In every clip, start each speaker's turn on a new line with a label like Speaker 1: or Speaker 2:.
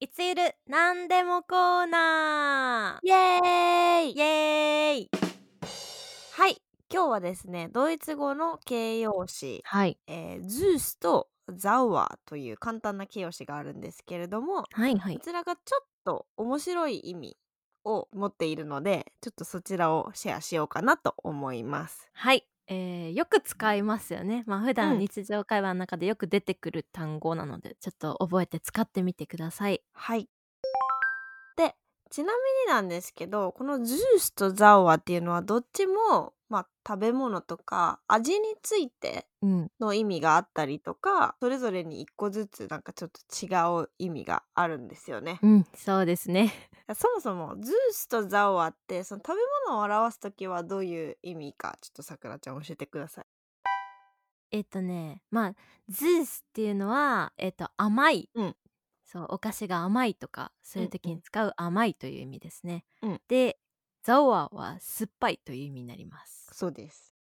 Speaker 1: いつゆるなんでもコーナ
Speaker 2: イエー
Speaker 1: ー
Speaker 2: イ
Speaker 1: イエーイ
Speaker 2: はい今日はですねドイツ語の形容詞、
Speaker 1: はい
Speaker 2: えーズースとザウアーという簡単な形容詞があるんですけれども
Speaker 1: はいはい
Speaker 2: こちらがちょっと面白い意味を持っているのでちょっとそちらをシェアしようかなと思います。
Speaker 1: はい、えー、よく使いますよねまあ普
Speaker 2: う
Speaker 1: 段
Speaker 2: ん
Speaker 1: 日常会話の中でよく出てくる単語なのでちょっと覚えて使ってみてください
Speaker 2: はいでちなみになんですけどこのズースとザウアーっていうのはどっちも、まあ、食べ物とか味について
Speaker 1: うん
Speaker 2: の意味があったりとかそれぞれに一個ずつなんかちょっと違う意味があるんですよね。
Speaker 1: うんそうですね
Speaker 2: そもそもズースとザオアってその食べ物を表すときはどういう意味かちょっとさくらちゃん教えてください。
Speaker 1: えっとねまあズースっていうのはえっと甘い、
Speaker 2: うん
Speaker 1: そうお菓子が甘いとかそういう時
Speaker 2: うんう
Speaker 1: に
Speaker 2: ん
Speaker 1: 使う甘いという意味ですね、
Speaker 2: うん
Speaker 1: でザオアは酸っぱいという意味になります
Speaker 2: そうです。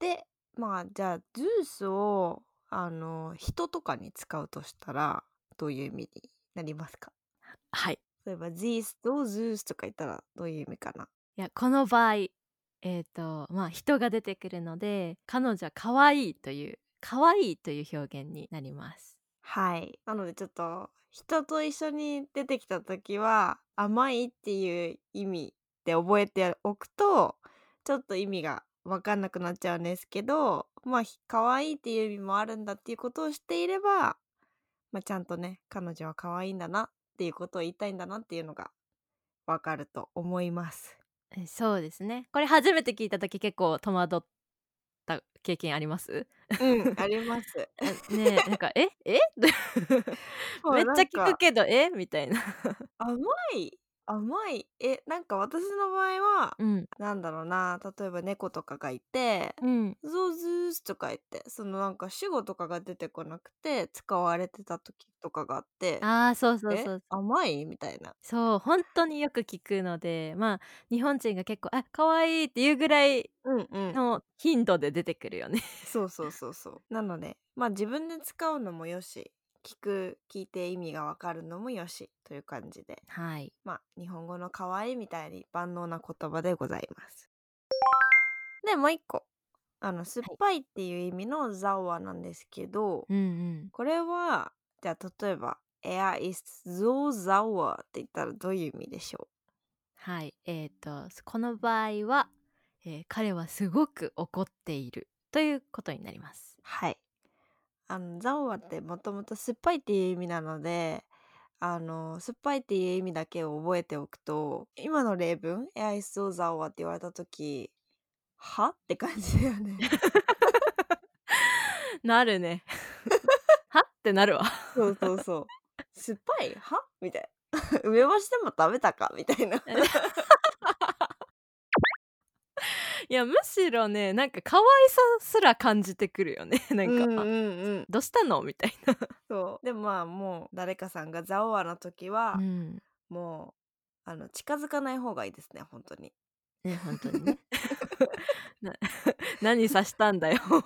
Speaker 2: でまあじゃあズースをあの人とかに使うとしたらどういう意味になりますか
Speaker 1: はい
Speaker 2: 例えばズースとズースとか言ったらどういう意味かない
Speaker 1: やこの場合えっ、とまあ人が出てくるので彼女は可愛いという可愛いという表現になります
Speaker 2: はい。なのでちょっと人と一緒に出てきた時は甘いっていう意味で覚えておくとちょっと意味が分かんなくなっちゃうんですけどまあひ可愛いっていう意味もあるんだっていうことを知っていれば、まあ、ちゃんとね彼女は可愛いんだなっていうことを言いたいんだなっていうのが分かると思います。
Speaker 1: えそうですねこれ初めて聞いた時結構戸惑った経験あります
Speaker 2: うん、あり ます。
Speaker 1: えねえなんかえ え
Speaker 2: そう
Speaker 1: めっちゃ
Speaker 2: なん
Speaker 1: 聞
Speaker 2: か
Speaker 1: くけどえみたいな
Speaker 2: 甘い甘いえなんか私の場合は
Speaker 1: うん
Speaker 2: なんだろうな例えば猫とかがいて
Speaker 1: うん
Speaker 2: 「ゾウズース」とか言ってそのなんか主語とかが出てこなくて使われてた時とかがあって
Speaker 1: あーそうそう
Speaker 2: え
Speaker 1: そう
Speaker 2: 甘いみたいな
Speaker 1: そう本当によく聞くのでまあ日本人が結構あ可愛いっていうぐらい
Speaker 2: うんうん
Speaker 1: の頻度で出てくるよね
Speaker 2: そうそうそうそうなのでまあ自分で使うのもよし聞く聞いて意味がわかるのもよしという感じで
Speaker 1: はい
Speaker 2: まあ、日本語の可愛いみたいに万能な言葉でございます。で、もう一個。あの、酸っぱいっていう意味のザオアなんですけど、
Speaker 1: うんうん
Speaker 2: これは、じゃあ例えば、エアイスゾーザオアって言ったらどういう意味でしょ
Speaker 1: はい、えっ、とこの場合は、えー彼はすごく怒っているということになります
Speaker 2: う。はい。あの、ザオアってもともと酸っぱいっていう意味なので、あの、酸っぱいっていう意味だけを覚えておくと、今の例文、エアイスゾーザオアって言われた時、はって感じだよね。
Speaker 1: なるね。 はってなるわ。
Speaker 2: そうそうそう。酸っぱいはみたいな。 梅干しでも食べたかみたい な。
Speaker 1: いやむしろねなんか可愛さすら感じてくるよね なんか、あ
Speaker 2: ん。
Speaker 1: どうしたのみたいな。
Speaker 2: そう。でもまあもう誰かさんがザオアの時は、
Speaker 1: ん
Speaker 2: もうあの近づかない方がいいですね本当に。
Speaker 1: ね本当にね。 な 何さしたんだよ、
Speaker 2: 近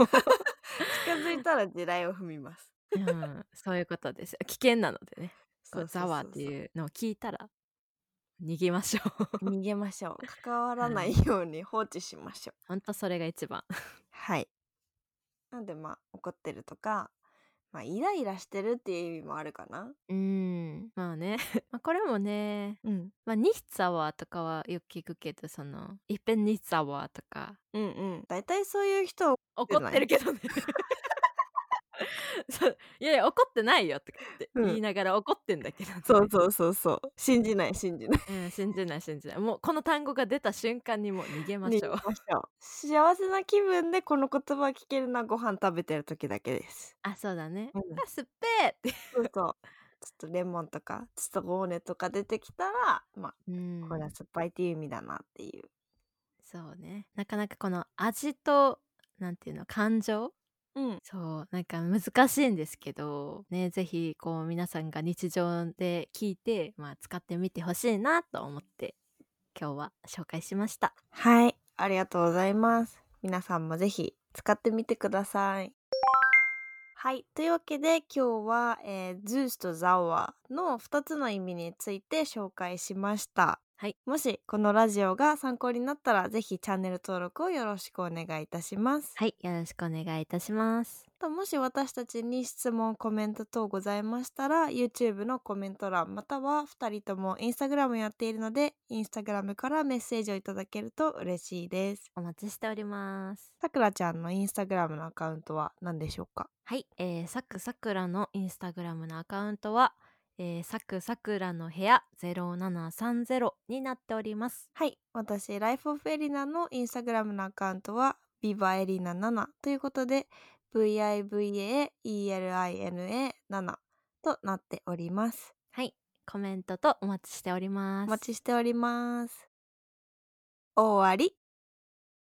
Speaker 2: づいたら地雷を踏みます。
Speaker 1: うん。そういうことです。危険なのでね。こ
Speaker 2: そううそう
Speaker 1: ざ
Speaker 2: そう
Speaker 1: わっていうのを聞いたら逃げましょう。
Speaker 2: そう。逃げましょう。 関わらな
Speaker 1: はい
Speaker 2: ように放置しましょう。
Speaker 1: 本当それが一番。
Speaker 2: はい。なんでまあ怒ってるとか、まあイライラしてるっていう意味もあるかな。
Speaker 1: うんまあね まあこれもね
Speaker 2: うん。
Speaker 1: まあニッツァワーとかはよく聞くけどそのいっぺんニッツァワーとか
Speaker 2: うんうん。大体そういう人を
Speaker 1: 怒ってるけどね そういやいや怒ってないよとかって
Speaker 2: うん
Speaker 1: 言いながら怒ってんだけど、ね
Speaker 2: そうそうそうそう。信じない信じない。
Speaker 1: うん、信じない信じないもうこの単語が出た瞬間にもう逃げま
Speaker 2: ね
Speaker 1: し ょう
Speaker 2: 幸せな気分でこの言葉を聞けるのはご飯食べてる時だけです。
Speaker 1: あそうだね、
Speaker 2: うん
Speaker 1: あすっぺーって、
Speaker 2: そうそう。ちょっとレモンとかちょっとゴーネとか出てきたらま
Speaker 1: うん
Speaker 2: あこれは酸っぱいっていう意味だなっていう。
Speaker 1: そうねなかなかこの味となんていうの感情
Speaker 2: うん
Speaker 1: そうなんか難しいんですけどねぜひこう皆さんが日常で聞いて、まあ、使ってみてほしいなと思って今日は紹介しました
Speaker 2: はいありがとうございます。皆さんもぜひ使ってみてください。はい。というわけで今日は、えー、ゼウスとザワーの2つの意味について紹介しました。
Speaker 1: はい
Speaker 2: もしこのラジオが参考になったらぜひチャンネル登録をよろしくお願いいたします。
Speaker 1: はい、よろしくお願いいたします。
Speaker 2: ともし私たちに質問コメント等ございましたら YouTube のコメント欄または2人とも Instagram やっているので Instagram からメッセージをいただけると嬉しいです
Speaker 1: お待ちしております。
Speaker 2: さくらちゃんの Instagram のアカウントは何でしょうか
Speaker 1: はい、えー、さくさくらのインスタグラムのアカウントは、えー、さくさくらの部屋0730になっております。
Speaker 2: はい私 Life of Elina の Instagram のアカウントは VivaElina7 ということで VIVAELINA7 となっております
Speaker 1: はい、コメントとお待ちしております。
Speaker 2: お待ちしております終わり